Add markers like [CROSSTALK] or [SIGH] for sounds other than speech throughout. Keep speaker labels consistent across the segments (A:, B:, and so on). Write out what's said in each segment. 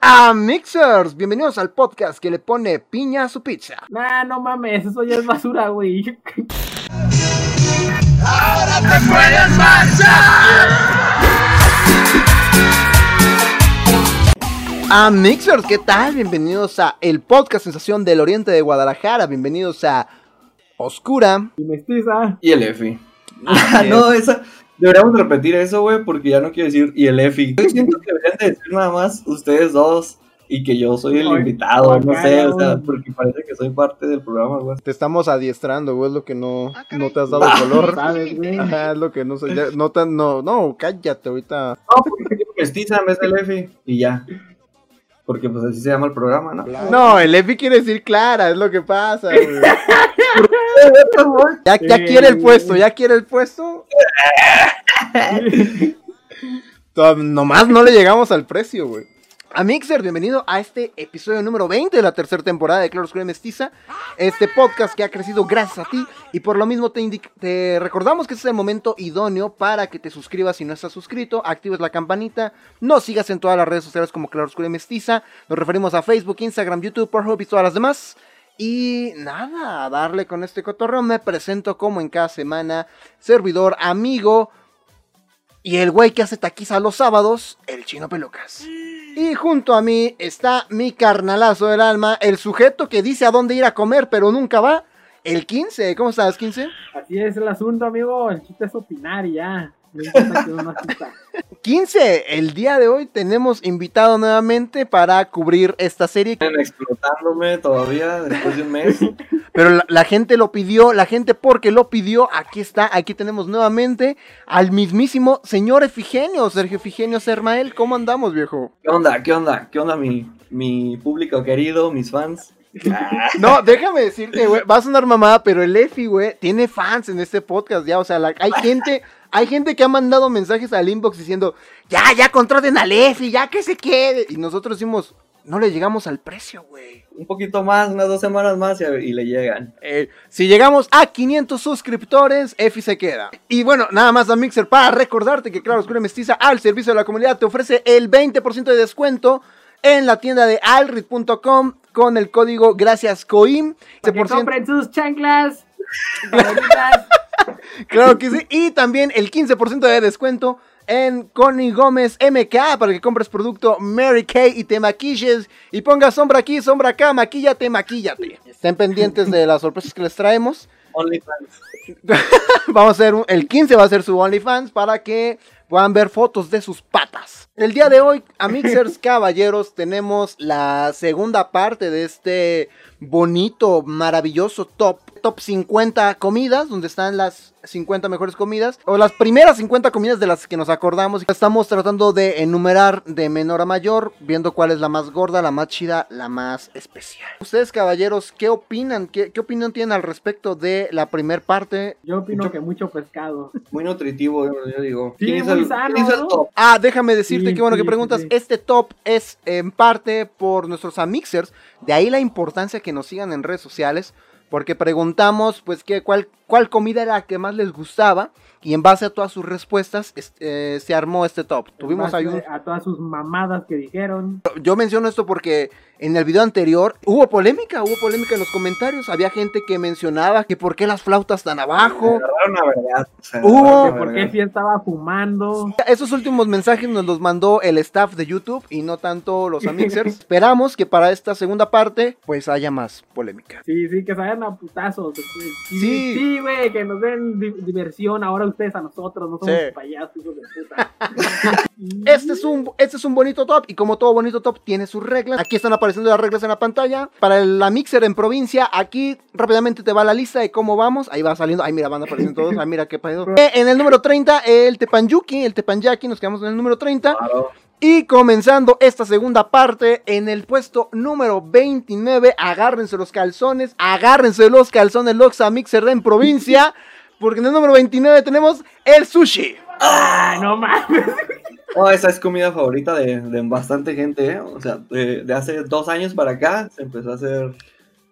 A: a Mixers. Bienvenidos al podcast que le pone piña a su pizza.
B: Nah, no mames, eso ya es basura, güey. [LAUGHS]
C: Ahora te puedes marchar.
A: A Mixers, ¿qué tal? Bienvenidos a el podcast Sensación del Oriente de Guadalajara. Bienvenidos a Oscura.
B: Y mestiza.
D: Y el Efi. [LAUGHS]
E: Ah, no, esa.
D: Deberíamos repetir eso, güey, porque ya no quiero decir y el Efi. Yo siento que deberían de decir nada más ustedes dos y que yo soy el
B: Ay,
D: invitado, no sé, o sea,
B: bacano.
D: porque parece que soy parte del programa, güey.
A: Te estamos adiestrando, güey, es lo que no, no te has dado
D: Ah. [LAUGHS]
A: color.
B: ¿Sabes, güey?
A: Ajá, es lo que no sé. ya- no, tan, no, no, cállate
D: [LAUGHS]
A: ahorita.
D: No, porque digo mestiza en vez del Efi y ya. Porque pues así se llama el programa, ¿no?
A: [LAUGHS] No, el Epi quiere decir Clara, es lo que pasa, güey. Ya, ya
B: Sí.
A: quiere el puesto, ya quiere el puesto. To- Nomás no le llegamos al precio, güey. A Mixer, bienvenido a este episodio número 20 de la tercera temporada de Claro Oscuro y Mestiza. Este podcast que ha crecido gracias a ti y por lo mismo te, indic- te recordamos que este es el momento idóneo para que te suscribas si no estás suscrito, actives la campanita, nos sigas en todas las redes sociales como Claro Oscuro y Mestiza, nos referimos a Facebook, Instagram, YouTube, Pornhub y todas las demás. Y nada, a darle con este cotorreo. Me presento como en cada semana, servidor, amigo y el güey que hace taquiza los sábados, el chino pelucas. Y junto a mí está mi carnalazo del alma, el sujeto que dice a dónde ir a comer pero nunca va, el 15. ¿Cómo estás, 15?
B: Así es el asunto, amigo. El chiste es opinar y ya. No importa que uno asista.
A: 15, el día de hoy tenemos invitado nuevamente para cubrir esta serie.
D: Están explotándome todavía después de un mes.
A: Pero la, la gente lo pidió, la gente porque lo pidió, aquí está, aquí tenemos nuevamente al mismísimo señor Efigenio, Sergio Efigenio Sermael, ¿cómo andamos, viejo?
D: ¿Qué onda? ¿Qué onda? ¿Qué onda mi, mi público querido, mis fans?
A: No, déjame decirte, güey, va a sonar mamada, pero el Efi, güey, tiene fans en este podcast ya, o sea, la- hay gente, hay gente que ha mandado mensajes al inbox diciendo, ya, ya contraten al Efi, ya que se quede, y nosotros decimos, no le llegamos al precio, güey.
D: Un poquito más, unas dos semanas más y, y le llegan.
A: Eh, si llegamos a 500 suscriptores, Efi se queda. Y bueno, nada más a Mixer para recordarte que Claro Oscuro y Mestiza al servicio de la comunidad te ofrece el 20% de descuento en la tienda de alrit.com con el código gracias coim.
B: Que
A: 15%.
B: compren sus chanclas. favoritas.
A: Claro que sí. Y también el 15% de descuento en Connie Gómez MK para que compres producto Mary Kay y te maquilles y pongas sombra aquí, sombra acá, maquíllate, maquíllate. Estén pendientes de las sorpresas que les traemos.
D: OnlyFans.
A: [LAUGHS] Vamos a hacer un- el 15 va a ser su OnlyFans para que puedan ver fotos de sus patas. El día de hoy, a Mixers Caballeros, tenemos la segunda parte de este bonito, maravilloso top. Top 50 comidas, donde están las 50 mejores comidas, o las primeras 50 comidas de las que nos acordamos. Estamos tratando de enumerar de menor a mayor, viendo cuál es la más gorda, la más chida, la más especial. Ustedes, caballeros, ¿qué opinan? ¿Qué, qué opinión tienen al respecto de la primer parte
B: Yo opino que mucho pescado.
D: Muy nutritivo, yo, yo digo.
B: Sí,
D: ¿Quién
B: muy
D: el-
B: sano,
D: quién hizo el
B: ¿no?
D: top?
A: Ah, déjame decirte
B: Sí,
A: que bueno que
B: sí,
A: preguntas.
B: sí, sí.
A: Este top es en parte por nuestros amixers. De ahí la importancia que nos sigan en redes sociales. Porque preguntamos, pues, que, cuál, cuál comida era la que más les gustaba. Y en base a todas sus respuestas, es- eh, se armó este top. Tuvimos
B: En
A: ahí
B: base
A: un-
B: A todas sus mamadas que dijeron.
A: Yo menciono esto porque en el video anterior hubo polémica, hubo polémica en los comentarios. Había gente que mencionaba que por qué las flautas tan abajo.
D: Me agarraron a vergas, o sea, me
A: Hubo-
D: agarraron a
B: Que por qué
D: vergas.
B: si estaba fumando.
A: Esos últimos mensajes nos los mandó el staff de YouTube y no tanto los amixers. Esperamos que para esta segunda parte pues haya más polémica.
B: Sí, sí, que salgan a putazos. pues.
A: Sí.
B: Sí, sí, güey, que nos den di- diversión ahora ustedes a nosotros, no somos
A: Sí.
B: payasos, hijos de puta.
A: Este es, un, este es un bonito top y como todo bonito top tiene sus reglas. Aquí están apareciendo las reglas en la pantalla. Para el- la mixer en provincia, aquí rápidamente te va la lista de cómo vamos. Ahí va saliendo. Ay, mira, van apareciendo todos. Ay, mira qué pedo. Eh, En el número 30, el Tepanyuki, el Tepanyaki, nos quedamos en el número 30.
D: Claro.
A: Y comenzando esta segunda parte, en el puesto número 29, agárrense los calzones, agárrense los calzones Loxa Mixer de en
B: [LAUGHS]
A: provincia, porque en el número 29 tenemos el sushi.
B: Ah, no mames.
D: Oh, esa es comida favorita de, de bastante gente, ¿eh? O sea, de, de hace dos años para acá se empezó a hacer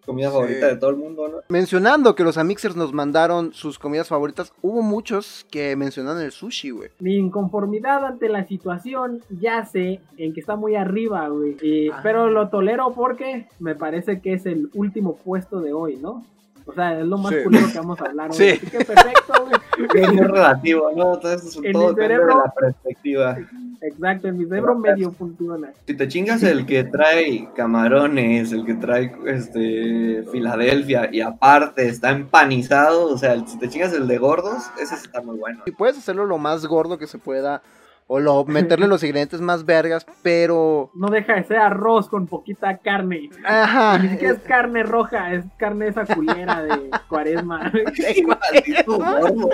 D: comida favorita de todo el mundo, ¿no?
A: Mencionando que los amixers nos mandaron sus comidas favoritas, hubo muchos que mencionaron el sushi, güey.
B: Mi inconformidad ante la situación yace en que está muy arriba, güey. Y-
A: Ah.
B: Pero lo tolero porque me parece que es el último puesto de hoy, ¿no? O sea, es lo más
A: Sí.
B: culero que vamos a hablar, güey.
A: Sí.
B: Así que perfecto, güey.
D: Es muy relativo, ¿no? Todo esto es
B: En mi
D: todo depende de
B: cerebro-
D: la perspectiva.
B: Exacto, en mi cerebro medio funciona.
D: Si te chingas el que trae camarones, el que trae este Filadelfia y aparte está empanizado, o sea, si te chingas el de gordos, ese sí está muy bueno.
A: Y puedes hacerlo lo más gordo que se pueda. O lo,
B: [LAUGHS]
A: meterle los ingredientes más vergas, pero.
B: No deja de ser arroz con poquita carne.
A: Ajá.
B: Ni siquiera es carne roja, es carne esa culera de
A: [LAUGHS]
B: cuaresma.
A: eh,
D: Maldito gordo.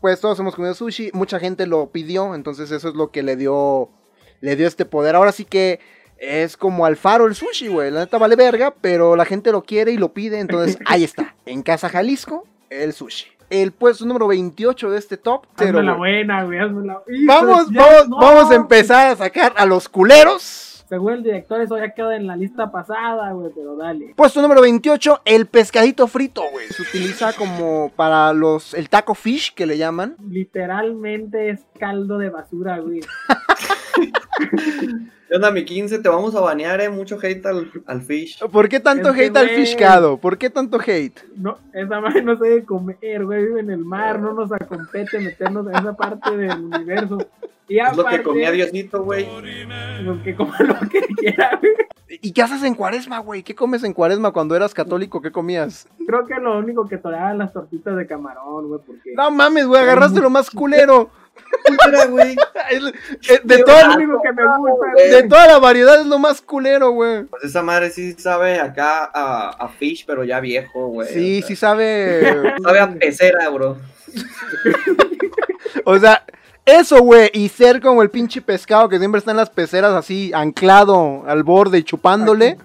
A: Pues todos hemos comido sushi, mucha gente lo pidió, entonces eso es lo que le dio. Le dio este poder. Ahora sí que es como Alfaro el sushi, güey. La neta vale verga, pero la gente lo quiere y lo pide,
B: [LAUGHS]
A: entonces ahí está. En Casa Jalisco, el sushi. El puesto número 28 de este top. cero,
B: hazme la
A: güey.
B: buena, Ah, güey, hazme la...
A: Vamos,
B: Híjole,
A: vamos,
B: no.
A: vamos a empezar a sacar a los culeros.
B: Según el director, eso ya queda en la lista pasada, güey, pero dale.
A: Puesto número 28, el pescadito frito, güey. Se utiliza como para los. el taco fish que le llaman.
B: Literalmente es caldo de basura, güey.
D: ¿Qué onda, mi 15? Te vamos a banear, eh. Mucho hate al, al fish.
A: ¿Por qué tanto
B: Es que,
A: hate al
B: güey.
A: fishcado? ¿Por qué tanto hate?
B: No, esa madre no se debe comer, güey, vive en el mar, no nos acompete meternos en esa parte del universo. Y
D: Es lo que
B: aparte,
D: comía Diosito, güey.
B: pues, que coma lo que quiera, güey.
A: ¿Y qué haces en cuaresma, güey? ¿Qué comes en cuaresma cuando eras católico? ¿Qué comías?
B: Creo que lo único que toleraban las tortitas de camarón, güey, porque...
A: No mames, güey, agarraste lo más culero.
D: Cultura, güey.
A: El- eh, De toda,
B: lo único que me gusta, güey.
A: de toda la variedad es lo más culero, güey.
D: Pues esa madre sí sabe acá a, a fish, pero ya viejo, güey.
A: Sí,
D: O
A: sí [LAUGHS]
D: sea,
A: sabe.
D: Sabe a pecera, bro.
A: O sea, eso, güey, y ser como el pinche pescado que siempre está en las peceras así, anclado al borde y chupándole.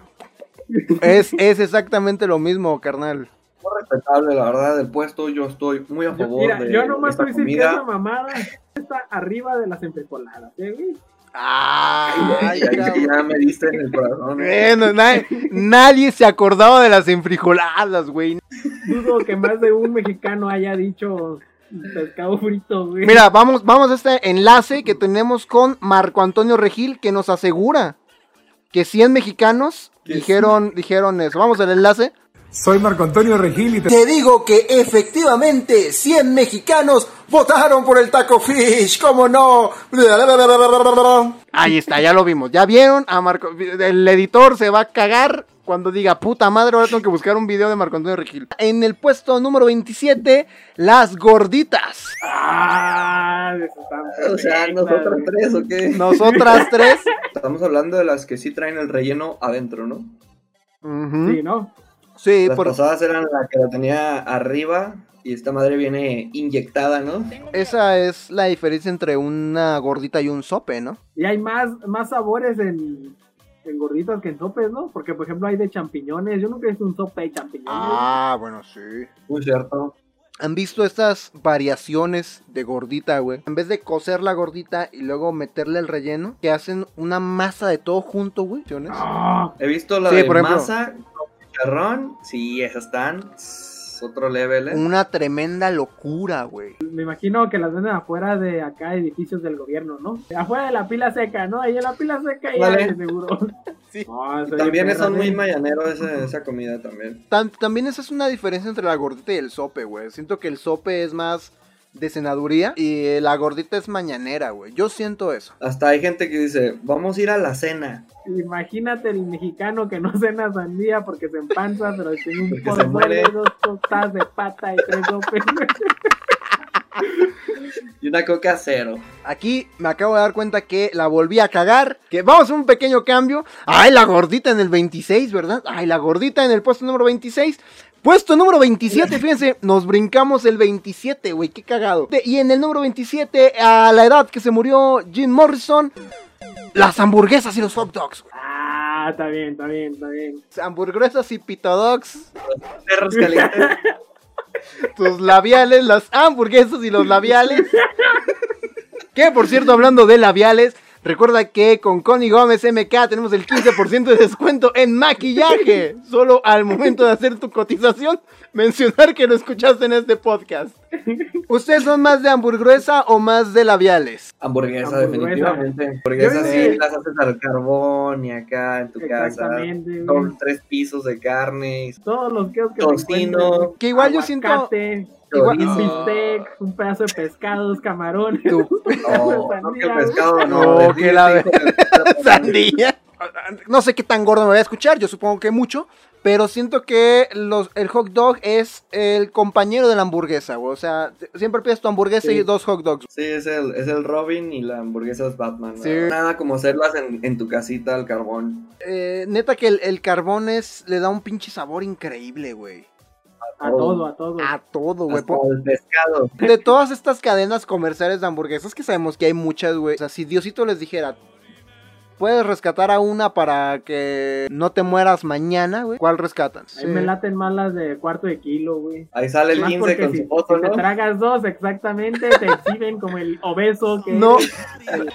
A: Es, es exactamente lo mismo, carnal.
D: Muy respetable, la verdad, del puesto. Yo estoy muy a
B: Yo,
D: favor
B: mira,
D: de
B: yo nomás
D: esta
B: estoy diciendo que esa
D: comida.
B: mamada está arriba de las empecoladas, ¿eh, güey?
A: Ay,
D: Ay, ahí sí
A: cabrón.
D: ya me diste en el corazón. eh.
A: Bueno, nadie, nadie se acordaba de las enfrijoladas, güey.
B: Dudo que más de un mexicano haya dicho pescado frito, güey.
A: Mira, vamos, vamos a este enlace que tenemos con Marco Antonio Regil que nos asegura que 100 mexicanos
D: Que
A: dijeron, dijeron eso. Vamos al enlace.
E: Soy Marco Antonio Regil y te...
A: Te digo que efectivamente 100 mexicanos votaron por el taco fish, ¿cómo no? Ahí está, ya lo vimos. Ya vieron a Marco. El editor se va a cagar cuando diga puta madre, ahora tengo que buscar un video de Marco Antonio Regil. En el puesto número 27, las gorditas.
B: Ah, esas están
D: O sea,
B: perfectas,
D: nosotros
B: güey.
D: tres, ¿o qué? [LAUGHS]
A: Nosotras tres.
D: Estamos hablando de las que sí traen el relleno adentro, ¿no?
A: Ujú.
B: Sí, ¿no?
A: Sí,
D: Las
A: por-
D: pasadas eran la que la tenía arriba y esta madre viene inyectada, ¿no?
A: esa es la diferencia entre una gordita y un sope, ¿no?
B: Y hay más, más sabores en, en gorditas que en sopes, ¿no? Porque, por ejemplo, hay de champiñones. Yo nunca he visto un sope de champiñones.
F: Ah,
A: bueno, sí.
D: Muy cierto.
A: ¿Han visto estas variaciones de gordita, güey? En vez de cocer la gordita y luego meterle el relleno, que hacen una masa de todo junto, güey. ¿Opciones?
B: Ah,
D: He visto la
A: Sí,
D: de
A: por ejemplo.
D: masa con chicharrón. Sí, esas están. tss, Otro level, ¿eh?
A: Una tremenda locura, güey.
B: me imagino que las venden afuera de acá, edificios del gobierno, ¿no? Afuera de la pila seca, ¿no? Ahí en la pila seca, ya,
D: Vale.
B: de [LAUGHS] seguro.
A: Sí.
B: Ah,
D: Y
B: soy
D: También
B: perra,
D: son muy
B: ¿eh?
D: mañaneros ese- esa comida también.
A: Tam- también esa es una diferencia entre la gordita y el sope, güey. Siento que el sope es más de cenaduría y eh, la gordita es mañanera, güey. Yo siento eso.
D: Hasta hay gente que dice, vamos a ir a la cena.
B: Imagínate el mexicano que no [LAUGHS] cena sandía porque se empanza, pero tiene un
D: Porque se
B: pozole,
D: muere.
B: dos tostadas de pata y tres sopes.
D: Y una coca cero.
A: Aquí me acabo de dar cuenta que la volví a cagar. Que vamos a un pequeño cambio. Ay, la gordita en el 26, ¿verdad? Ay, la gordita en el puesto número 26. Puesto número 27, fíjense, nos brincamos el 27, güey, qué cagado. Y en el número 27, a la edad que se murió Jim Morrison, las hamburguesas y los hot dogs. güey.
B: Ah, está bien, está bien, está bien.
A: Hamburguesas y pitodogs, [LAUGHS]
D: Perros calientes.
A: tus labiales, las hamburguesas y los labiales. Que por cierto, hablando de labiales, Recuerda que con Connie Gómez MK tenemos el 15% de descuento en maquillaje. Solo al momento de hacer tu cotización, mencionar que lo escuchaste en este podcast. ¿Ustedes son más de hamburguesa o más de labiales?
D: Hamburguesa,
B: Hamburguesa.
D: definitivamente. Hamburguesas
B: Yo
D: sí,
B: sí.
D: las haces al carbón y acá en tu casa.
B: Exactamente, güey.
D: Con tres pisos de carne.
A: [LAUGHS]
D: y
B: Todos los kioscos que
D: Tocino.
B: encuentras,
A: Que igual yo siento-
B: aguacate,
A: Igual-
B: un
D: chorizo.
B: bistec, un pedazo de pescados, camarones. [LAUGHS]
A: Tu
D: No, no, que el pescado no.
A: No, que la
D: Digo,
A: [LAUGHS] sandía. No sé qué tan gordo me voy a escuchar, yo supongo que mucho. Pero siento que los, el hot dog es el compañero de la hamburguesa, güey. O sea, siempre pides tu hamburguesa
D: Sí.
A: y dos hot dogs.
D: Sí, es el, es el Robin y la hamburguesa es Batman.
A: Sí.
D: ¿verdad? Nada como hacerlas en, en tu casita al carbón.
A: Eh, neta que el, el carbón es, le da un pinche sabor increíble, güey.
B: A todo, a todo.
A: A todo,
B: Pues,
A: güey.
D: Hasta
A: Por-
D: el pescado.
A: De todas estas cadenas comerciales de hamburguesas que sabemos que hay muchas, güey. O sea, si Diosito les dijera, puedes rescatar a una para que no te mueras mañana, güey. ¿Cuál rescatan?
B: Ahí me laten más las de cuarto de kilo, güey.
D: Ahí sale el
B: Más
D: 15
B: porque
D: con
B: si,
D: su foto,
B: si te
D: ¿no?
B: tragas dos, exactamente, te exhiben como el obeso que
A: No,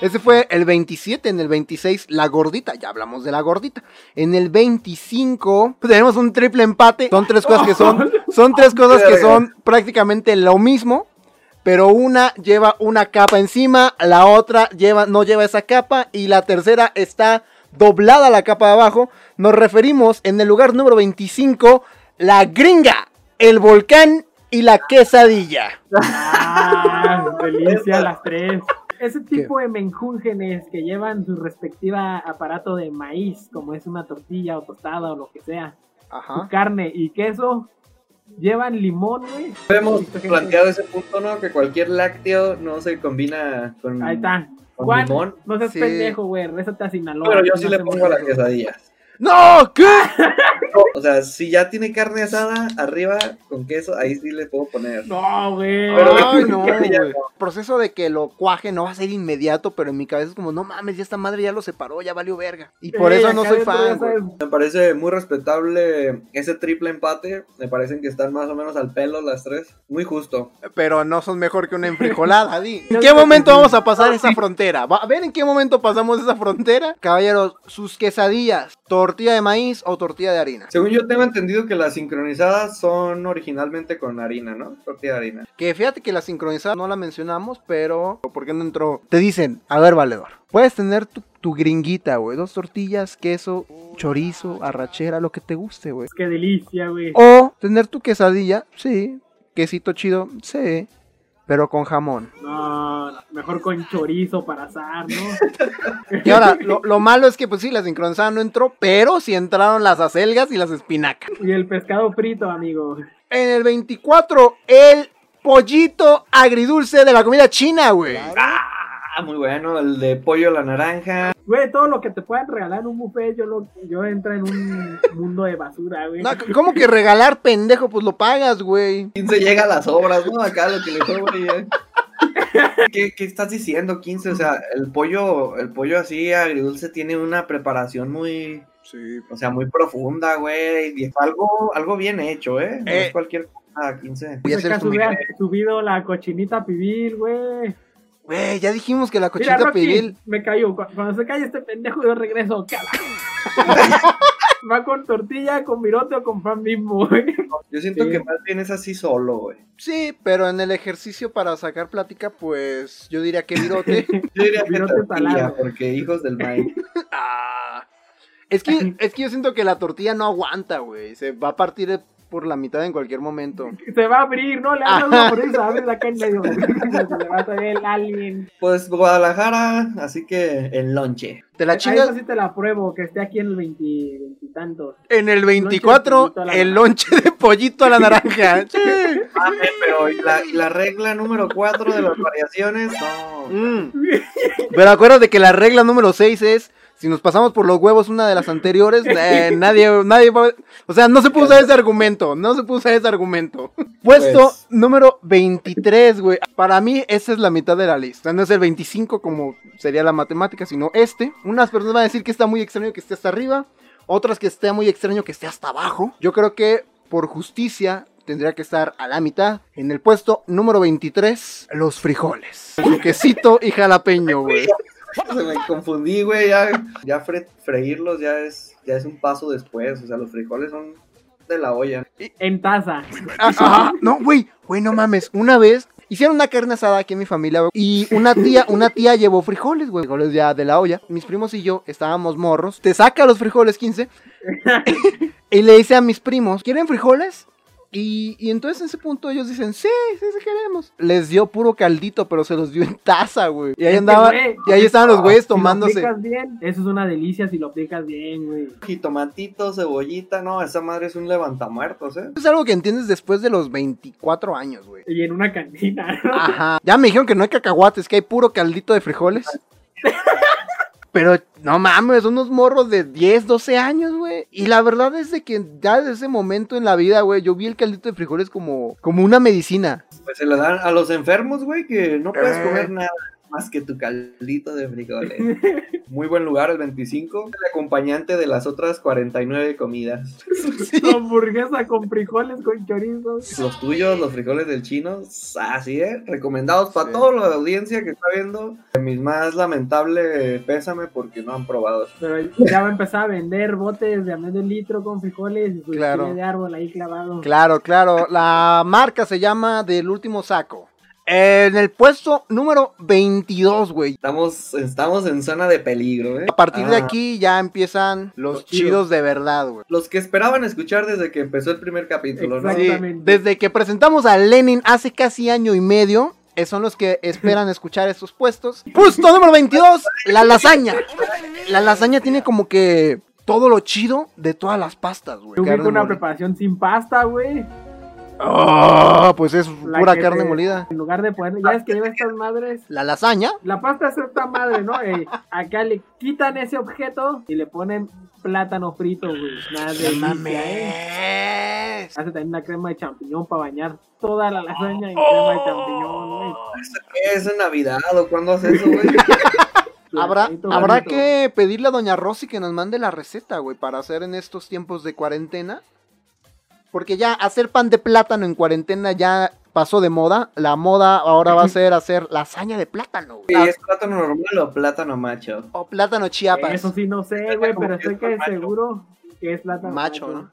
A: ese fue el 27, en el 26 la gordita, ya hablamos de la gordita. En el 25 tenemos un triple empate. Son tres cosas que son son tres cosas que son prácticamente lo mismo, pero una lleva una capa encima, la otra lleva no lleva esa capa y la tercera está doblada la capa de abajo. Nos referimos en el lugar número 25 la gringa, el volcán y la quesadilla.
B: [LAUGHS] Ah, delicia las tres. Ese tipo de menjúngenes que llevan su respectiva aparato de maíz, como es una tortilla o tostada o lo que sea, su
A: Ajá.
B: carne y queso, llevan limón, güey.
D: Hemos
B: Esta gente-
D: planteado ese punto, ¿no? Que cualquier lácteo no se combina con,
B: Ahí está.
D: con
B: Juan,
D: limón.
B: no seas
A: Mm. Sí.
B: pendejo, güey, rézate a Sinaloa.
D: Pero yo
B: no
D: sí le
B: se
D: pongo a
B: mueve.
D: las quesadillas.
A: No, ¿qué?
D: O sea, si ya tiene carne asada arriba con queso, ahí sí le puedo poner.
B: No, güey.
D: Pero-
A: Ay,
D: [LAUGHS]
A: no,
D: Ya, ya,
A: güey.
D: no.
A: Proceso de que lo cuaje no va a ser inmediato, pero en mi cabeza es como, no mames, ya esta madre ya lo separó, ya valió verga. Y por
B: Ey,
A: eso no
B: acá
A: soy
B: dentro ya
A: fan, güey.
B: sabes,
D: Me parece muy respetable ese triple empate. Me parecen que están más o menos al pelo las tres. Muy justo.
A: Pero no son mejor que una enfrijolada,
B: [LAUGHS]
A: di. ¿En
B: No
A: qué
B: sé.
A: momento vamos a pasar
B: [LAUGHS]
A: esa frontera? Va- A ver en qué momento pasamos esa frontera. Caballeros, sus quesadillas, tortilla de maíz o tortilla de harina.
D: Según yo tengo entendido que las sincronizadas son originalmente con harina, ¿no? Tortilla de harina.
A: Que fíjate que la sincronizada no la mencionamos, pero ¿por qué no entró? Te dicen, a ver, valedor, puedes tener tu, tu gringuita, güey. Dos tortillas, queso, chorizo, arrachera, lo que te guste, güey.
B: Qué delicia, güey.
A: O tener tu quesadilla, sí. Quesito chido, sí. Pero con jamón.
B: No, mejor con chorizo para asar, ¿no?
A: [LAUGHS] Y ahora, lo, lo malo es que, pues sí, la sincronizada no entró, pero sí entraron las acelgas y las espinacas.
B: y el pescado frito, amigo.
A: En el 24, el pollito agridulce de la comida china, güey.
D: Ah, muy bueno. El de pollo a la naranja.
B: Güey, todo lo que te puedan regalar en un buffet, yo lo, yo entro en un
A: [LAUGHS]
B: mundo de basura, güey.
A: No, c- ¿Cómo que regalar pendejo? Pues lo pagas, güey.
D: 15 llega a las obras, ¿no? Acá lo que le fue, güey, eh. ¿Qué, qué estás diciendo, 15? O sea, el pollo, el pollo así agridulce tiene una preparación muy,
A: Sí.
D: o sea, muy profunda, güey. Y es algo, algo bien hecho, ¿eh? No
A: Eh.
D: es cualquier cosa, 15.
A: Voy a
B: Acá
A: hacer su
B: sube-
A: migra-
B: subido la cochinita pibil, güey.
A: Güey, ya dijimos que la
B: Mira,
A: cochita
B: Rocky,
A: pibil.
B: me cayó. Cu- Cuando se cae este pendejo, yo regreso.
A: [LAUGHS]
B: carajo. Va con tortilla, con virote o con pan mismo, güey.
D: Yo siento
B: Sí.
D: que más bien es así solo, güey.
A: Sí, pero en el ejercicio para sacar plática, pues yo diría que virote.
D: Yo diría que
B: Virote
D: tortilla,
B: salado.
D: porque hijos del maíz.
A: Ah. Es
B: [LAUGHS]
A: que, es que yo siento que la tortilla no aguanta, güey. Se va a partir de- por la mitad en cualquier momento.
B: Se va a abrir, ¿no? Le hagas una
A: Ah.
B: hamburguesa, abres acá en
A: [LAUGHS]
B: medio. güey. Se le va a salir el alien.
D: Pues Guadalajara, así que en lonche.
A: Te la
B: A
A: chingas
B: esa sí te la pruebo, que esté aquí en el 20 veintitantos.
A: en el
B: de
A: 24,
B: pollito a la
A: el
B: naranja.
A: lonche de pollito a la
B: [LAUGHS]
A: naranja. Sí.
D: Ah, eh, pero ¿y la, y la regla número 4 de las variaciones, no.
B: [LAUGHS]
A: Mm. Pero acuérdate que la regla número 6 es: si nos pasamos por los huevos una de las
B: [LAUGHS]
A: anteriores, eh, nadie, nadie va. O sea, no se puso ese argumento. No se puso ese argumento. [LAUGHS] Puesto
D: Pues.
A: número 23, güey. Para mí, esa es la mitad de la lista. No es el 25 como sería la matemática, sino este. Unas personas van a decir que está muy extraño que esté hasta arriba. Otras que esté muy extraño que esté hasta abajo. Yo creo que por justicia. Tendría que estar a la mitad. En el puesto número 23, los frijoles. Con Su quesito y jalapeño, güey.
D: Se me confundí, güey. Ya, ya fre- freírlos ya es, ya es un paso después. O sea, los frijoles son de la olla.
B: En taza.
A: Ajá, no, güey, güey, no mames. Una vez hicieron una carne asada aquí en mi familia güey, y una tía, una tía llevó frijoles, güey, frijoles ya de la olla. Mis primos y yo estábamos morros. Te saca los frijoles 15
B: [LAUGHS]
A: y le dice a mis primos, ¿quieren frijoles? Y, y entonces en ese punto ellos dicen, sí, sí, sí queremos. Les dio puro caldito, pero se los dio en taza, güey. Y ahí andaban,
B: Este güey, Ah,
A: y ahí estaban los güeyes
B: Si
A: tomándose.
B: lo aplicas bien, eso es una delicia si lo aplicas bien, güey.
D: Jitomatito, cebollita, no, esa madre es un levantamuertos, ¿eh?
A: Es algo que entiendes después de los 24 años, güey.
B: Y en una cantina, [LAUGHS] ¿no?
A: Ajá. [LAUGHS] Ya me dijeron que no hay cacahuates, que hay puro caldito de
D: [LAUGHS]
A: frijoles. Pero no mames, unos morros de 10, 12 años, güey. Y la verdad es de que ya desde ese momento en la vida, güey, yo vi el caldito de frijoles como, como una medicina.
D: Pues se la dan a los enfermos, güey, que no puedes
A: Eh.
D: comer nada más que tu caldito de frijoles. Muy buen lugar, el 25. El acompañante de las otras 49 comidas.
B: Tu hamburguesa con frijoles, con chorizos.
D: Los tuyos, los frijoles del chino, así es. Recomendados para
A: Sí.
D: toda la audiencia que está viendo. Mis más lamentable pésame porque no han probado.
B: Pero ya va a empezar a vender botes de a medio litro con frijoles y su
A: Claro.
B: chile de árbol ahí clavado.
A: Claro, claro. La marca se llama Del Último Saco. En el puesto número 22, güey.
D: Estamos, estamos en zona de peligro, ¿eh?
A: A partir de
D: Ah,
A: aquí ya empiezan los
D: Los chidos.
A: chidos de verdad, güey.
D: Los que esperaban escuchar desde que empezó el primer capítulo, ¿no?
B: Exacto.
A: Sí,
B: Exactamente.
A: desde que presentamos a Lenin hace casi año y medio, eh, son los que esperan escuchar estos puestos. Puesto número 22, la lasaña. La lasaña tiene como que todo lo chido de todas las pastas, güey.
B: Yo ubico
A: Carne
B: una
A: molida.
B: preparación sin pasta, güey.
A: Ah, pues es
B: La
A: pura
B: que
A: carne
B: te-
A: molida.
B: En lugar de ponerle, ya es que lleva estas madres.
A: La lasaña.
B: La pasta es esta madre, ¿no? Eh, acá le quitan ese objeto y le ponen plátano frito, güey. Nada de mames.
A: Mames.
B: Hace también una crema de champiñón para bañar toda la lasaña en
A: Oh.
B: crema de champiñón, güey.
D: ¿Qué es en Navidad o cuándo hace eso,
A: [LAUGHS]
D: güey?
A: Habrá,
B: Platito
A: habrá
B: bonito.
A: que pedirle a Doña Rosy que nos mande la receta, güey, para hacer en estos tiempos de cuarentena. Porque ya hacer pan de plátano en cuarentena ya pasó de moda. La moda ahora va a ser hacer lasaña de plátano, güey.
D: ¿Y ¿Es plátano normal o plátano macho?
A: O plátano chiapas.
B: Eso sí no sé, güey, pero estoy que seguro que es plátano
A: Macho, ¿no?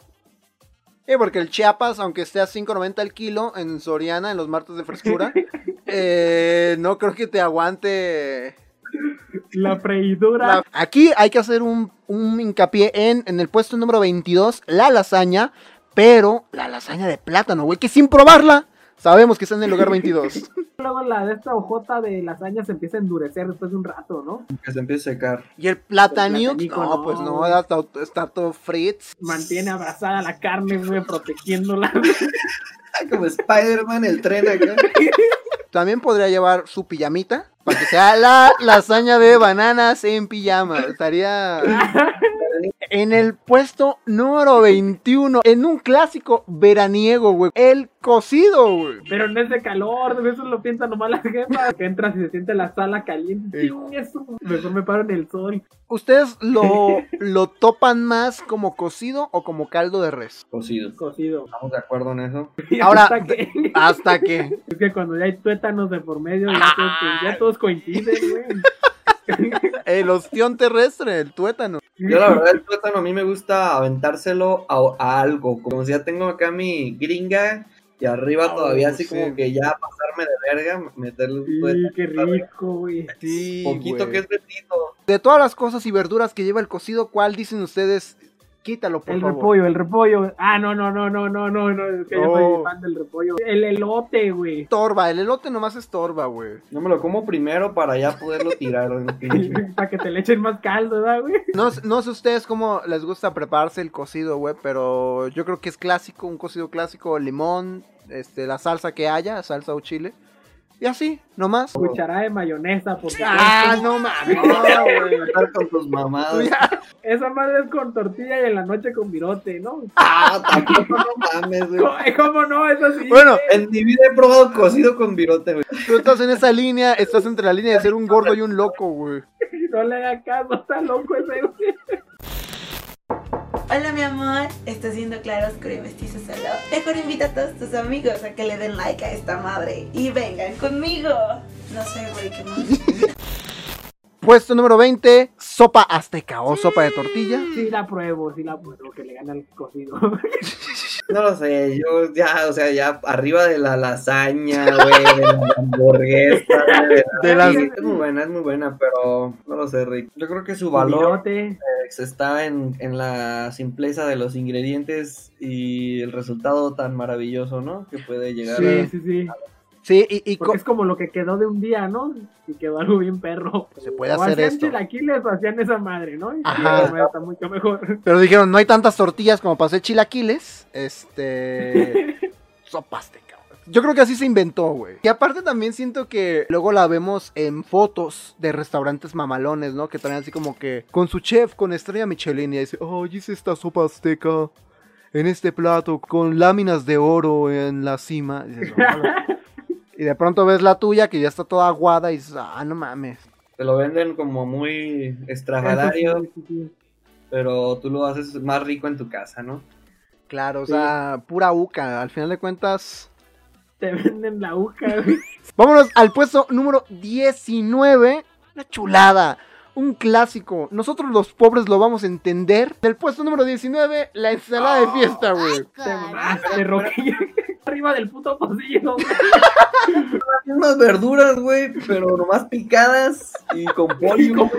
A: Sí, porque el chiapas, aunque esté a 5.90 el kilo en Soriana, en los martes de frescura, eh, no creo que te aguante
B: La freidura.
A: La- Aquí hay que hacer un, un hincapié en, en el puesto número 22, la lasaña, pero la lasaña de plátano, güey, que sin probarla sabemos que está en el lugar 22.
B: Luego la de esta hojota de lasaña se empieza a endurecer después de un rato, ¿no?
D: Que se empiece a secar.
A: [LAUGHS] Y el plataniux,
B: El platanico,
A: no,
B: no.
A: pues no, era to- está todo fritz.
B: Mantiene abrazada la carne, güey, protegiéndola. [LAUGHS]
D: Ay, como Spider-Man, el tren acá.
A: También podría llevar su pijamita para que sea la [LAUGHS] lasaña de bananas en pijama. Estaría en el puesto número 21, en un clásico veraniego, güey, el cocido, güey.
B: Pero no es de calor, de eso lo piensan nomás las jefas. Que entras y se siente la sala caliente.
A: Sí.
B: ¡Ting! Eso. Mejor me paro en el sol.
A: ¿Ustedes [LAUGHS] lo, lo topan más como cocido o como caldo de res?
D: Cocido.
B: Cocido.
D: Pues
B: [LAUGHS]
D: Estamos de acuerdo en eso.
B: Y
A: Ahora-
B: hasta que, [LAUGHS]
A: Hasta que.
B: es que cuando ya hay tuétanos de por medio, ya todos, pues,
A: Ah.
B: ya todos coinciden, güey.
A: [LAUGHS] El ostión terrestre, el tuétano.
D: Yo, la verdad, el plátano a mí me gusta aventárselo a, a algo. Como si ya tengo acá mi gringa y arriba
A: Oh,
D: todavía así
A: sí.
D: como que ya pasarme de verga, meterle un
B: Sí,
D: tuétano.
B: qué rico, güey.
A: Sí.
D: Poquito que es bendito.
A: De todas las cosas y verduras que lleva el cocido, ¿cuál dicen ustedes? Quítalo, por
B: El
A: favor.
B: repollo, el repollo. Ah, no, no, no, no, no, no, no. Es que yo
A: Oh.
B: soy fan del repollo. El elote, güey.
A: Estorba, el elote nomás estorba, güey.
D: No me lo como primero para ya poderlo
A: [LAUGHS]
D: tirar. en pinche.
B: [LAUGHS] Para que te le echen más caldo, ¿verdad, güey?
A: No, sé- no sé ustedes cómo les gusta prepararse el cocido, güey, pero yo creo que es clásico, un cocido clásico, limón, este, la salsa que haya, salsa o chile. Y así, nomás.
B: Cucharada de mayonesa, porque
A: Ah, no mames.
D: No, güey, estar con tus mamadas.
B: esa madre es con tortilla y en la noche con virote, ¿no?
D: Ah, tampoco no mames, güey.
B: Co- ¿Cómo no? Eso sí.
A: Bueno,
D: En mi vida he probado cocido con virote, güey.
A: Tú estás en esa línea, estás entre la línea de ser un gordo y un loco, güey.
B: [LAUGHS] No le haga caso, está loco ese güey.
G: Hola mi amor, estás viendo Claro Oscuro y Mestizo Solo. Mejor invita a todos tus amigos a que le den like a esta madre y vengan conmigo. No sé, güey, qué más.
A: Puesto número 20, sopa azteca o sopa de tortilla.
B: Sí la pruebo, sí la pruebo, que le gana el cocido. [LAUGHS]
D: No lo sé, yo ya, o sea, ya arriba de la lasaña, güey, de la hamburguesa, güey,
A: De las-
D: sí, Es muy buena, es muy buena, pero no lo sé, Rick. Yo creo que su valor
B: Balote.
D: eh, está en, en la simpleza de los ingredientes y el resultado tan maravilloso, ¿no? Que puede llegar
A: Sí.
B: Sí, sí, sí.
A: Sí, y, y co-
B: Porque es como lo que quedó de un día, ¿no? Y quedó algo bien perro.
A: Se puede
B: O
A: hacer
B: hacían
A: esto.
B: chilaquiles o hacían esa madre, ¿no? Y
A: Ajá.
B: esa madre Está mucho mejor.
A: pero dijeron, no hay tantas tortillas como para hacer chilaquiles. Este. sopa azteca. Yo creo que así se inventó, güey. Y aparte también siento que luego la vemos en fotos de restaurantes mamalones, ¿no? Que traen así como que con su chef, con estrella Michelin y dice, oh, hice esta sopa azteca en este plato con láminas de oro en la cima. Y, dices, "Órale". Y de pronto ves la tuya que ya está toda aguada y dices, ah, no mames.
D: Te lo venden como muy extravagario,
B: Sí, sí, sí.
D: pero tú lo haces más rico en tu casa, ¿no?
A: Claro, o
B: Sí.
A: sea, pura uca. Al final de cuentas.
B: Te venden la aguja, [LAUGHS] güey.
A: Vámonos al puesto número 19. Una chulada. Un clásico. Nosotros los pobres lo vamos a entender. Del puesto número 19, la ensalada de fiesta, güey.
B: Te mamaste, Roque. [LAUGHS] Arriba del puto pocillo. güey.
D: Unas verduras, güey, pero nomás picadas y con
B: Y
D: pollo.
B: con pollo.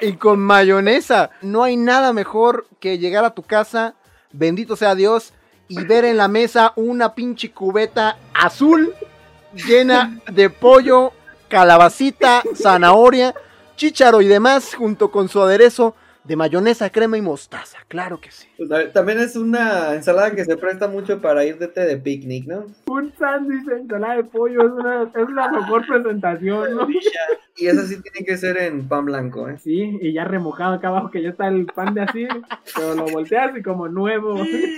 A: Y con mayonesa. No hay nada mejor que llegar a tu casa, bendito sea Dios, y ver en la mesa una pinche cubeta azul llena de pollo, calabacita, zanahoria, chícharo y demás, junto con su aderezo de mayonesa, crema y mostaza. Claro que sí.
D: Pues, a- También es una ensalada que se presta mucho para ir de té de picnic, ¿no?
B: Un sándwich de ensalada de pollo. Es una, es la mejor presentación, ¿no?
D: Y eso sí tiene que ser en pan blanco, ¿eh?
B: Sí, y ya remojado acá abajo que ya está el pan de así, pero lo volteas y como nuevo.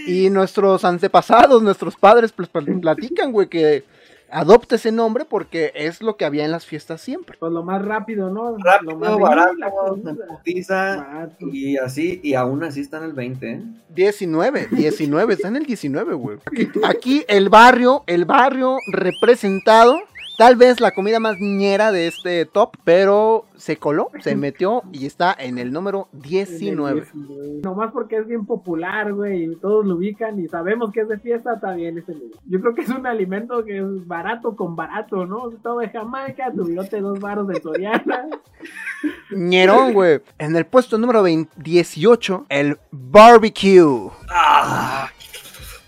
A: Y nuestros antepasados, nuestros padres, pues pl- platican, güey, que adopte ese nombre porque es lo que había en las fiestas siempre.
B: Pues lo más rápido, ¿no? lo más pues,
D: Rápido,
B: de-
D: barato,
B: la comida.
D: putiza,
B: Barato.
D: y así, y aún así está en el 20, ¿eh?
A: 19, 19, está en el 19, güey. Aquí, aquí el barrio, el barrio representado. Tal vez la comida más niñera de este top, pero se coló, se metió y está en el número 19.
B: 19. Nomás porque es bien popular, güey, y todos lo ubican y sabemos que es de fiesta, está bien ese lugar. Yo creo que es un alimento que es barato con barato, ¿no? Todo de Jamaica, tu virote, dos baros
A: [LAUGHS]
B: de Soriana.
A: Ñerón, güey. En el puesto número 20 18, el barbecue.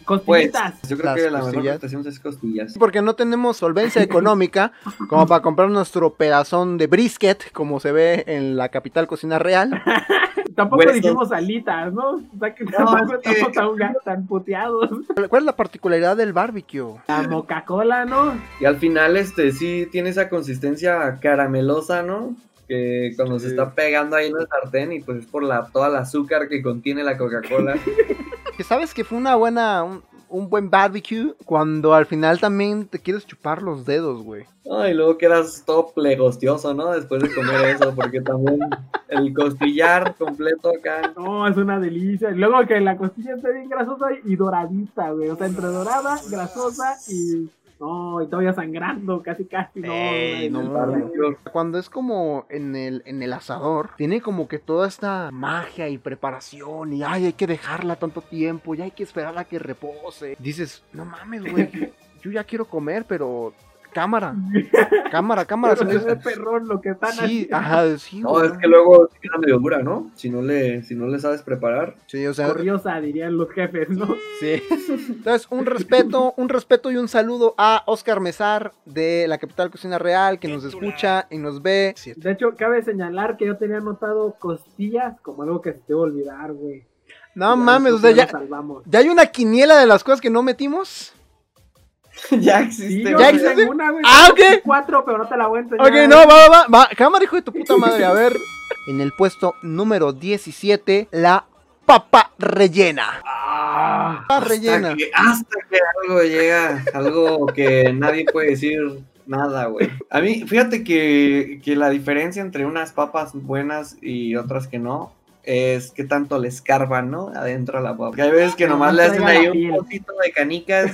D: Pues,
B: Costillitas.
D: yo creo
A: Las
D: que la mejor
A: costillas.
D: contestación es costillas.
A: Porque no tenemos solvencia económica como para comprar nuestro pedazón de brisket, como se ve en la capital cocina real. Pues,
B: Tampoco
D: huesos.
B: dijimos alitas, ¿no? O sea que tampoco
D: es que-
B: estamos tan, ga- tan puteados.
A: ¿Cuál es la particularidad del barbecue?
B: La Coca-Cola, ¿no?
D: Y al final, este, sí tiene esa consistencia caramelosa, ¿no? Que cuando se está pegando ahí en el sartén y pues es por la, toda el azúcar que contiene la Coca-Cola.
A: Que sabes que fue una buena, un, un buen barbecue cuando al final también te quieres chupar los dedos, güey.
D: Ay, y luego quedas todo plegostioso, ¿no? Después de comer eso, porque también el costillar completo acá.
B: No, es una delicia. Y luego que la costilla esté bien grasosa y doradita, güey. O sea, entre dorada, grasosa y. No, y todavía sangrando, casi, casi. No,
A: Ey,
B: güey,
A: no,
B: el
A: no,
B: barbecue.
D: Dios,
A: Cuando es como en el, en el asador, tiene como que toda esta magia y preparación y ay, hay que dejarla tanto tiempo, ya hay que esperarla que repose. Dices, no mames, güey, yo ya quiero comer, pero cámara, cámara, cámara. [LAUGHS]
B: Pero se
A: se me-
B: ve perrón lo que están
A: Sí,
B: haciendo.
A: ajá, sí,
D: No,
A: güey.
D: es que luego sí queda medio dura, ¿no? Si no le, si no le sabes preparar.
A: Sí, o sea,
B: Corriosa, dirían los jefes, ¿no?
A: Sí. [LAUGHS] Entonces, un respeto, un respeto y un saludo a Oscar Mesar de la capital Cocina Real que nos escucha y nos ve.
B: De hecho, cabe señalar que yo tenía anotado costillas como algo que se te va a olvidar, güey.
A: No
B: Ya
A: mames, o sea,
B: nosotros
A: ya,
B: nos salvamos.
A: ya hay una quiniela de las cosas que no metimos.
D: [LAUGHS] ya
B: Sí,
D: existe.
B: yo
A: ¿Ya
B: tengo
A: existe?
B: una, güey.
A: Ah, ok.
B: Cuatro, pero no te la voy a enseñar.
A: Ok, no, va, va, va, va. Cámara, hijo de tu puta madre, a ver. En el puesto número 17, la papa rellena.
B: Ah,
A: Papa rellena.
D: Hasta que, hasta que algo llega, algo que nadie puede decir nada, güey. A mí, fíjate que, que la diferencia entre unas papas buenas y otras que no es que tanto le escarban, ¿no? Adentro a la papa. Porque hay veces que nomás
B: Nomás
D: le hacen
B: traiga
D: ahí
B: la [LAUGHS]
D: un
B: piel.
D: poquito de canicas.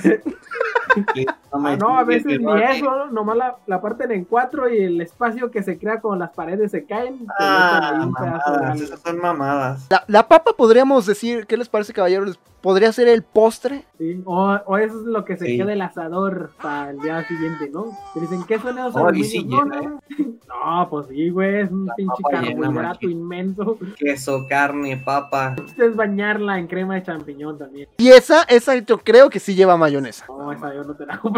D: y No,
B: Ah,
D: mames,
B: no, a veces ni
D: Eduardo.
B: eso, ¿no? nomás la, la parten en cuatro y el espacio que se crea con las paredes se caen. te
D: Ah,
B: meten ahí un pedazo de
D: mamadas,
B: algo.
D: esas son mamadas.
A: La, la papa podríamos decir, ¿qué les parece, caballeros? ¿Podría ser el postre?
B: Sí, O, o eso es lo que se
D: Sí.
B: queda el asador para el día siguiente, ¿no? Te dicen, ¿qué son esos
D: Oh, y sí
B: No,
D: llena, ¿eh?
B: no, [LAUGHS] no. No, pues sí, güey, es un pinche
D: papa llena,
B: carbohidrato
D: machín.
B: inmenso. [LAUGHS]
D: Queso, carne, papa.
B: Es bañarla en crema de champiñón también.
A: Y esa, esa yo creo que sí lleva mayonesa.
D: Ah,
B: No, esa yo no te la compro.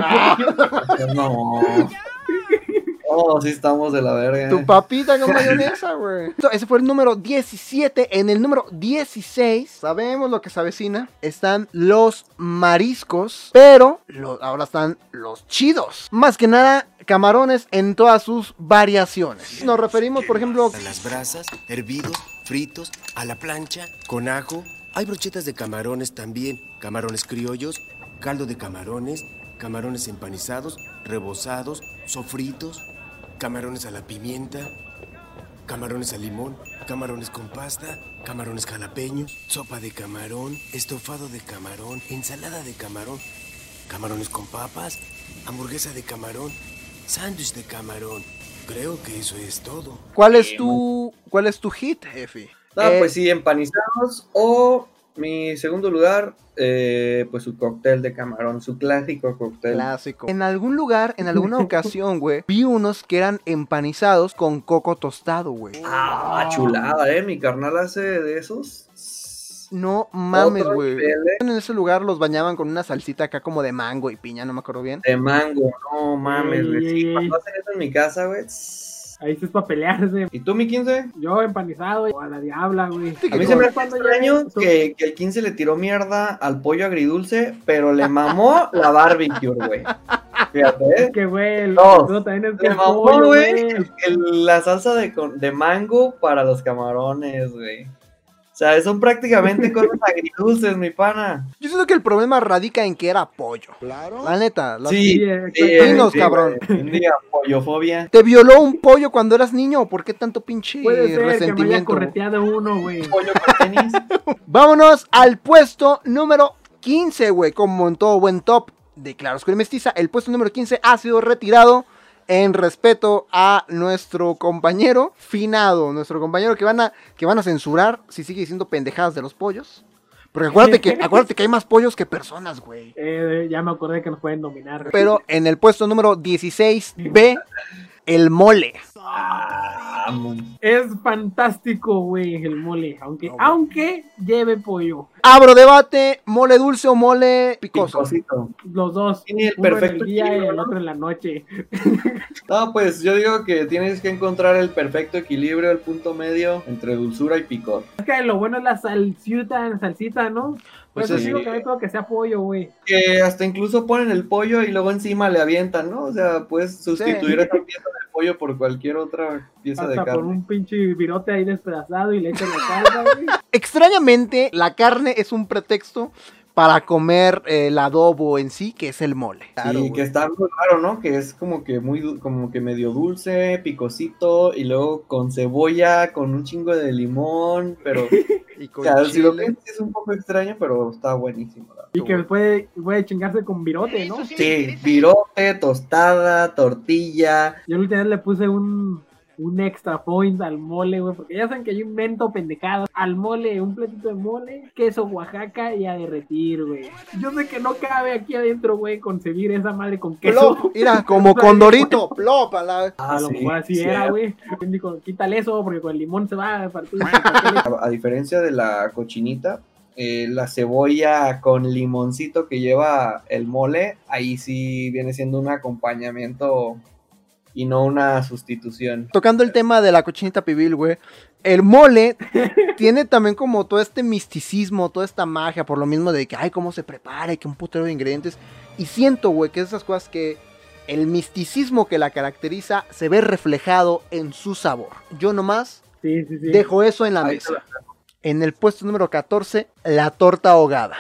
D: No. Oh, sí estamos de la verga. eh.
A: Tu [LAUGHS] papita con mayonesa, güey. So, Ese fue el número 17. En el número 16, sabemos lo que se avecina. Están los mariscos, pero lo- ahora están los chidos. Más que nada, camarones en todas sus variaciones. Nos referimos, por ejemplo,
H: A las brasas, hervidos, fritos, a la plancha, con ajo. Hay brochetas de camarones también, camarones criollos, caldo de camarones, camarones empanizados, rebozados, sofritos, camarones a la pimienta, camarones al limón, camarones con pasta, camarones jalapeños, sopa de camarón, estofado de camarón, ensalada de camarón, camarones con papas, hamburguesa de camarón, sándwich de camarón. Creo que eso es todo.
A: ¿cuál es tu, cuál es tu hit, Efi?
D: No,
A: Eh,
D: pues sí, empanizados. O mi segundo lugar, eh, pues su cóctel de camarón, su clásico cóctel.
A: Clásico. En algún lugar, en alguna [LAUGHS] ocasión, güey, vi unos que eran empanizados con coco tostado, güey.
D: Ah, chulada, eh. Mi carnal hace de esos.
A: No mames,
D: Otro
A: güey.
D: nivel, eh,
A: En ese lugar los bañaban con una salsita acá como de mango y piña, no me acuerdo bien.
D: De mango, no mames, güey.
B: Ey,
D: Sí,
B: ey,
D: cuando
B: ey.
D: hacen eso en mi casa, güey. tss.
B: Ahí sí es para pelearse.
D: ¿Y tú, mi 15?
B: Yo empanizado, o a la diabla, güey.
A: A
D: A mí
A: Sí,
D: se
A: güey.
D: me hace extraño que, que el 15 le tiró mierda al pollo agridulce, pero
B: [LAUGHS]
D: le mamó la barbecue, güey. Fíjate, ¿eh?
B: Que, güey, el
D: No.
B: no. también es que
D: Le
B: el
D: mamó,
B: pollo,
D: güey,
B: güey.
D: el- el- la salsa de, con- de mango para los camarones, güey. O sea,
B: [LAUGHS]
D: son prácticamente cosas agridulces, mi pana.
A: Yo siento que el problema radica en que era pollo. Claro. La neta, la-
D: Sí,
B: Sí, eh,
D: sí,
A: pues, dinos,
D: sí,
A: cabrón.
D: güey. Un día, pollofobia.
A: ¿Te violó un pollo cuando eras niño? ¿Por qué tanto pinche
B: Puede ser que me haya
A: resentimiento?
B: correteado uno, güey.
D: Pollo con
A: [LAUGHS]
D: tenis.
A: Vámonos al puesto número 15, güey. Como en todo buen top de Claroscuro y Mestiza, el puesto número 15 ha sido retirado en respeto a nuestro compañero finado, nuestro compañero que van a, que van a censurar si sigue diciendo pendejadas de los pollos. Porque acuérdate que, acuérdate que hay más pollos que personas, güey.
B: Eh, ya me acordé que nos pueden dominar. güey.
A: Pero en el puesto número 16B, el mole.
D: Ah, mon-
B: Es fantástico, güey, el mole. Aunque, aunque lleve pollo.
A: Abro debate, mole dulce o mole picoso.
D: picosito.
B: Los dos.
D: Tiene el
B: uno
D: perfecto
B: en el día y
D: equilibrio,
B: el
D: ¿no?
B: otro en la noche.
D: No, pues yo digo que tienes que encontrar el perfecto equilibrio, el punto medio entre dulzura y picor.
B: Es que lo bueno es la salsita, salsita, ¿no?
A: Pues
B: Pues yo
A: sí.
B: digo que no hay todo que sea pollo, güey.
D: Que hasta incluso ponen el pollo y luego encima le avientan, ¿no? O sea, puedes sustituir esa pieza de pollo por cualquier otra pieza de
B: Hasta por
D: carne.
B: un pinche virote ahí despedazado y le echan la salsa, güey.
A: Extrañamente, la carne es un pretexto para comer eh, el adobo en sí, que es el mole.
D: y
A: güey.
D: que está muy raro, ¿no? Que es como que muy du- como que medio dulce, picosito y luego con cebolla, con un chingo de limón, pero
B: [LAUGHS]
A: Y con
D: o sea, si lo
A: chile.
D: piensas es un poco extraño, pero está buenísimo. la verdad. [LAUGHS]
B: Y que puede, puede chingarse con virote, ¿no?
D: Sí, virote, tostada, tortilla,
B: Yo la última vez le puse un, un extra point al mole, güey, porque ya saben que yo invento pendejadas. Al mole, un platito de mole, queso Oaxaca y a derretir, güey. Yo sé que no cabe aquí adentro, güey, concebir esa madre con queso.
D: [LAUGHS]
A: Plop, mira, como condorito, plop, a la-
B: a lo
D: Ah, sí,
B: mejor así
D: sí,
B: era,
D: era.
B: güey. Alguien dijo, quítale eso porque con el limón se va a partir.
D: A, a diferencia de la cochinita, eh, la cebolla con limoncito que lleva el mole, ahí sí viene siendo un acompañamiento y no una sustitución.
A: Tocando el tema de la cochinita pibil, güey. El mole tiene también como todo este misticismo, toda esta magia, por lo mismo de que, ay, cómo se prepara y que un putero de ingredientes. Y siento, güey, que esas cosas que el misticismo que la caracteriza se ve reflejado en su sabor. Yo nomás
B: Sí, sí, sí.
A: Dejo eso en la
D: Ahí
A: mesa. En el puesto número 14, la torta ahogada.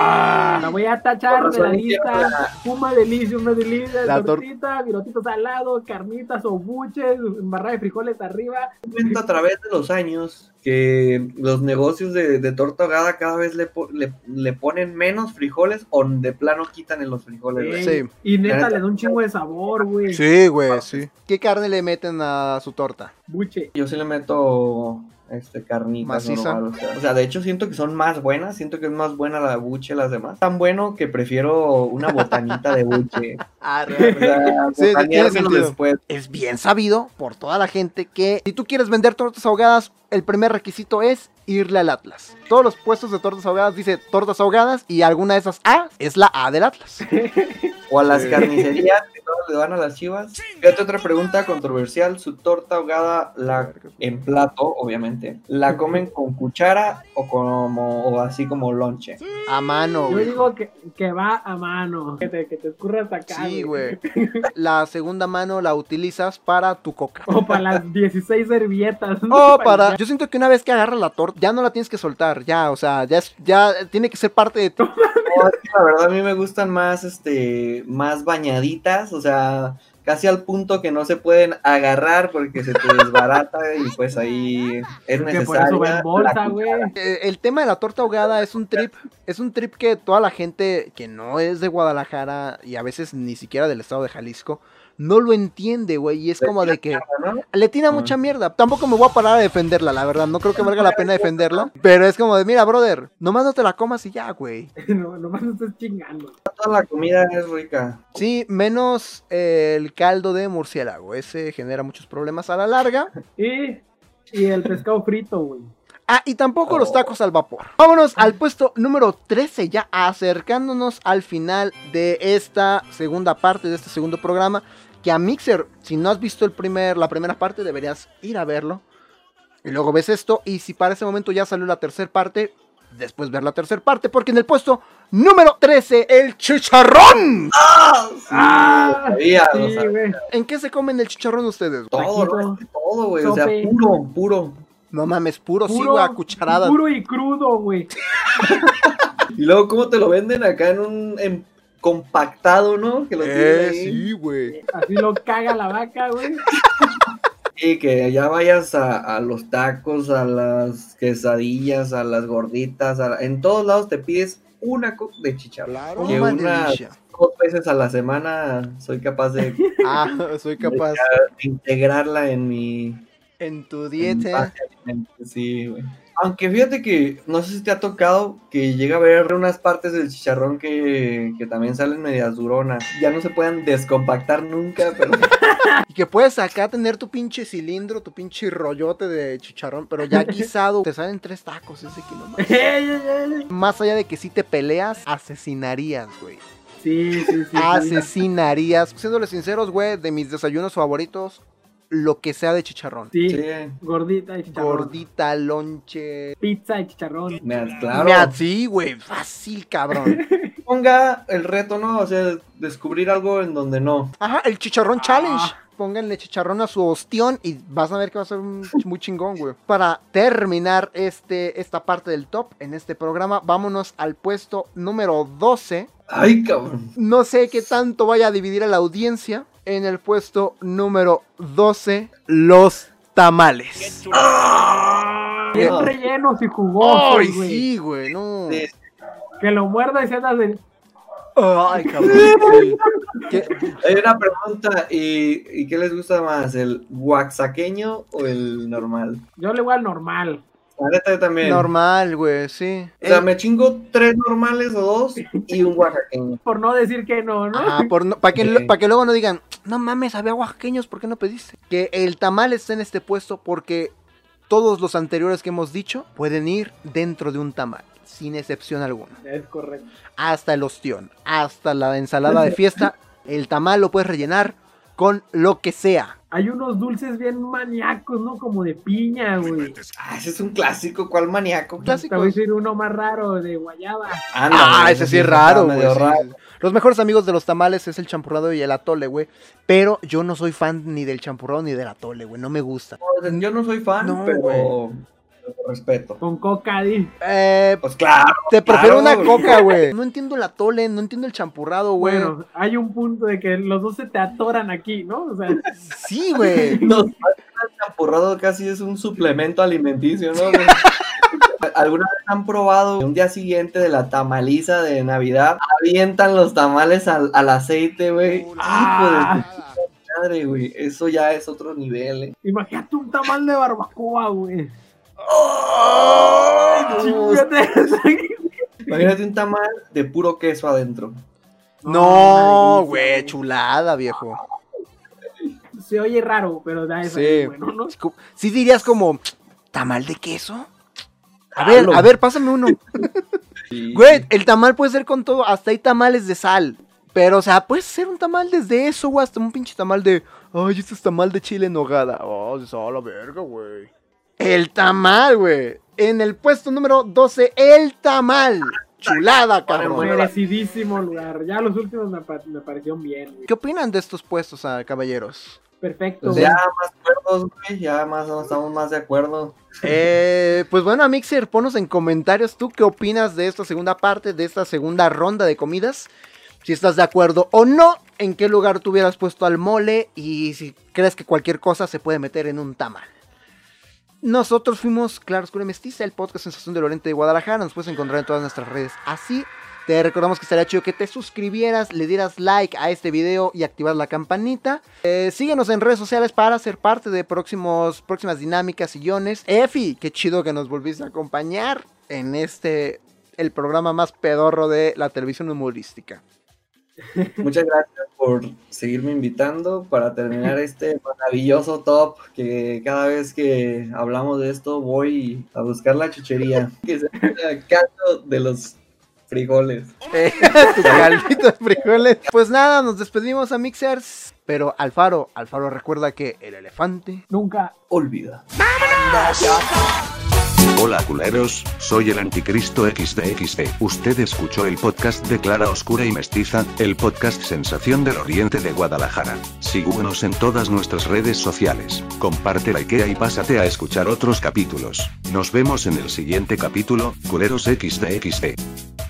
B: Ah, La voy a tachar de la
D: Consolencia,
B: lista. Puma delicia, una delicia,
A: La tor-
B: tortita, virotitos al lado, carnitas o buches, barra de frijoles arriba.
D: momento, a través de los años que los negocios de, de torta ahogada cada vez le, po- le, le ponen menos frijoles o de plano quitan en los frijoles. güey.
A: Sí. Eh,
B: Ey, Y
D: La
B: neta
D: neta.
B: le da un chingo de sabor, güey.
F: Sí, güey, sí.
A: ¿Qué carne le meten a su torta?
B: Buche.
D: Yo sí le meto este carnitas
A: Maciza.
D: normal, o, sea, O sea, de hecho siento que son más buenas, siento que es más buena la de buche las demás. Tan bueno que prefiero una botanita de buche.
A: [LAUGHS]
D: O sea,
A: Sí, tiene
D: botaneármelo
A: sentido.
D: después.
A: Ah, Es bien sabido por toda la gente que si tú quieres vender tortas ahogadas, el primer requisito es irle al Atlas. Todos los puestos de tortas ahogadas dice tortas ahogadas y alguna de esas A es la A del Atlas.
D: O a las carnicerías que todos le dan a las chivas. Fíjate otra pregunta controversial. Su torta ahogada la en plato, obviamente. ¿La comen con cuchara o como o así como lonche?
A: A mano,
B: Yo
A: güey.
B: digo que, que va a mano. Que te, que te escurra hasta acá.
A: Sí, güey. La segunda mano la utilizas para tu coca.
B: O para las 16 servilletas.
A: Oh, para. Yo siento que una vez que agarras la torta, ya no la tienes que soltar. Ya, o sea, ya, es- ya tiene que ser parte de tu.
D: No, es que la verdad a mí me gustan más, este, más bañaditas, o sea, casi al punto que no se pueden agarrar porque se te desbarata y pues ahí es
B: Que por eso va
D: necesaria
B: en bolsa,
D: la
B: güey. [LAUGHS]
A: Eh, El tema de la torta ahogada es un trip. Es un trip que toda la gente que no es de Guadalajara y a veces ni siquiera del estado de Jalisco no lo entiende, güey. Y es como de que.
D: cuchara, ¿no?
A: Le tira mucha mierda. Tampoco me voy a parar a defenderla, la verdad. No creo que valga la pena defenderla. Pero es como de, mira, brother, nomás no te la comas y ya, güey.
B: No, nomás no estés chingando.
D: Toda la comida es rica.
A: Sí, menos eh, el caldo de murciélago. Ese genera muchos problemas a la larga.
B: Y, y el pescado frito, güey.
A: Ah, y tampoco
B: Oh.
A: los tacos al vapor. Vámonos al puesto número 13, ya acercándonos al final de esta segunda parte, de este segundo programa. Que a Mixer, si no has visto el primer, la primera parte, deberías ir a verlo. Y luego ves esto. Y si para ese momento ya salió la tercera parte, después ver la tercera parte. Porque en el puesto número 13, el chicharrón.
B: Ah,
D: lo sabía, lo
B: Sí,
D: sabía.
B: güey.
A: ¿En qué se comen el chicharrón ustedes? güey?
D: Todo,
B: Taquito,
D: ¿no? todo, güey, o sea,
B: sope.
D: puro, puro.
A: No mames, puro, sí,
B: Puro,
A: güey, a cucharadas.
B: Puro y crudo, güey.
D: Y luego cómo te lo venden acá en un en compactado, ¿no? Que lo tienen
F: Eh,
D: ahí.
F: sí, güey.
B: Así lo caga la vaca, güey. [LAUGHS]
D: Y que ya vayas a, a los tacos, a las quesadillas, a las gorditas, a la- en todos lados te pides una coca de chicharrón.
F: Claro.
A: Oh,
D: Que
A: man,
D: una-
A: delicia.
D: Dos veces a la semana soy capaz de
A: [LAUGHS] Ah, soy capaz.
D: integrarla en mi
A: En tu
D: en mi
A: dieta.
D: base alimenticia, sí, güey. Aunque fíjate que no sé si te ha tocado que llega a haber unas partes del chicharrón que, que también salen medias duronas. Ya no se pueden descompactar nunca,
A: [LAUGHS]
D: pero
A: Y que puedes acá tener tu pinche cilindro, tu pinche rollote de chicharrón, pero
B: [LAUGHS]
A: ya guisado, te salen tres tacos ese kilómetro.
B: Ey, ey, ey.
A: Más allá de que si te peleas, asesinarías, güey.
B: Sí, sí, sí, sí.
A: Ah, Asesinarías. Siéndoles sinceros, güey, de mis desayunos favoritos, lo que sea de chicharrón.
B: Sí,
D: sí,
B: gordita y chicharrón.
A: Gordita, lonche.
B: Pizza y chicharrón.
D: me, claro.
A: Me así, güey, fácil, cabrón.
D: ponga el reto, ¿no? O sea, descubrir algo en donde no.
A: Ajá, el chicharrón challenge. Pónganle chicharrón a su ostión y vas a ver que va a ser un- muy chingón, güey. Para terminar este, esta parte del top en este programa, vámonos al puesto número 12.
D: Ay, cabrón.
A: No sé qué tanto vaya a dividir a la audiencia. En el puesto número 12, los tamales.
D: Oh.
B: Bien rellenos y jugosos,
A: ¡Ay,
B: güey.
A: sí, güey! No.
D: Sí.
B: Que lo muerda y se anda de...
A: ¡Ay, cabrón! sí. ¿Qué?
D: Hay una pregunta, ¿y, y qué les gusta más, el oaxaqueño o el normal?
B: Yo le voy al normal.
D: La neta yo también.
A: Normal, güey, sí.
D: O sea, me chingo tres normales o dos y
B: [LAUGHS]
D: un oaxaqueño.
B: Por no decir que no, ¿no?
A: Ajá, por no- para que,
D: Ok.
A: para que luego no digan, no mames, había oaxaqueños, ¿por qué no pediste? Que el tamal esté en este puesto porque todos los anteriores que hemos dicho pueden ir dentro de un tamal, sin excepción alguna.
B: Es correcto.
A: Hasta el ostión, hasta la ensalada de fiesta, el tamal lo puedes rellenar con lo que sea.
B: Hay unos dulces bien maníacos, ¿no? Como de piña, güey.
D: Ah, ese es un clásico, ¿cuál maníaco?
B: Te voy a decir uno más raro, de guayaba.
D: Anda,
A: Ah,
D: güey,
A: ese sí es raro,
D: está
A: güey.
D: medio
A: sí,
D: raro.
A: sí. Los mejores amigos de los tamales es el champurrado y el atole, güey. Pero yo no soy fan ni del champurrado ni del atole, güey. No me gusta.
D: O sea, Yo no soy fan,
A: No,
D: pero...
A: güey.
D: respeto.
B: Con coca, di.
A: Eh,
D: Pues claro.
A: te prefiero
D: claro,
A: una
D: güey.
A: coca, güey. No entiendo el atole, no entiendo el champurrado, güey.
B: Bueno, hay un punto de que los dos se te atoran aquí, ¿no? O sea,
A: [LAUGHS] Sí,
D: [LAUGHS]
A: güey.
D: Nos el champurrado casi es un suplemento alimenticio, ¿no? güey? ¿Alguna vez han probado un día siguiente de la tamaliza de Navidad? Avientan los tamales al, al aceite, güey. Hijo de
A: pues.
B: Ah.
D: tu madre, güey. Eso ya es otro nivel, eh.
B: imagínate un tamal de barbacoa, güey.
D: no.
B: Chíngate. [LAUGHS]
D: Imagínate un tamal de puro queso adentro.
A: No, güey, chulada, viejo.
B: Se oye raro, pero da eso.
A: Sí.
B: Bueno, ¿no?
A: Es como- Sí dirías como, ¿tamal de queso? A ver, a ver, pásame uno.
D: Ah, [LAUGHS] Sí.
A: Güey, el tamal puede ser con todo, hasta hay tamales de sal. Pero, o sea, puede ser un tamal desde eso, güey, hasta un pinche tamal de, ay, este es tamal de chile en nogada. Oh, se a la verga, güey. El tamal, güey. En el puesto número 12, el tamal.
D: Ah,
A: Chulada, cabrón.
B: Merecidísimo lugar. Ya los últimos me, pa- me parecieron bien, güey.
A: ¿Qué opinan de estos puestos, ah, caballeros?
B: Perfecto,
D: Pues
B: güey.
D: ya más acuerdos, güey. Ya más estamos más de acuerdo.
A: Eh, pues bueno, Mixer, ponos en comentarios tú qué opinas de esta segunda parte, de esta segunda ronda de comidas. Si estás de acuerdo o no, en qué lugar tú hubieras puesto al mole y si crees que cualquier cosa se puede meter en un tamal. Nosotros fuimos Claro Oscuro y Mestiza, el podcast Sensación de Lorente de Guadalajara. Nos puedes encontrar en todas nuestras redes así. Te recordamos que estaría chido que te suscribieras, le dieras like a este video y activar la campanita. Eh, síguenos en redes sociales para ser parte de próximos, próximas dinámicas y guiones. Efi, qué chido que nos volviste a acompañar en este, el programa más pedorro de la televisión humorística.
D: Muchas gracias por seguirme invitando para terminar este maravilloso top que cada vez que hablamos de esto voy a buscar la chuchería. Que sea el caldo de los frijoles.
A: Eh, tus calditos frijoles. Pues nada, nos despedimos a Mixers. Pero Alfaro, Alfaro recuerda que el elefante
B: Nunca.
D: Olvida.
F: Hola culeros, soy el anticristo XDXD. Usted escuchó el podcast de Clara Oscura y Mestiza, el podcast Sensación del Oriente de Guadalajara. Síguenos en todas nuestras redes sociales, comparte la IKEA y pásate a escuchar otros capítulos. Nos vemos en el siguiente capítulo, culeros XDXD.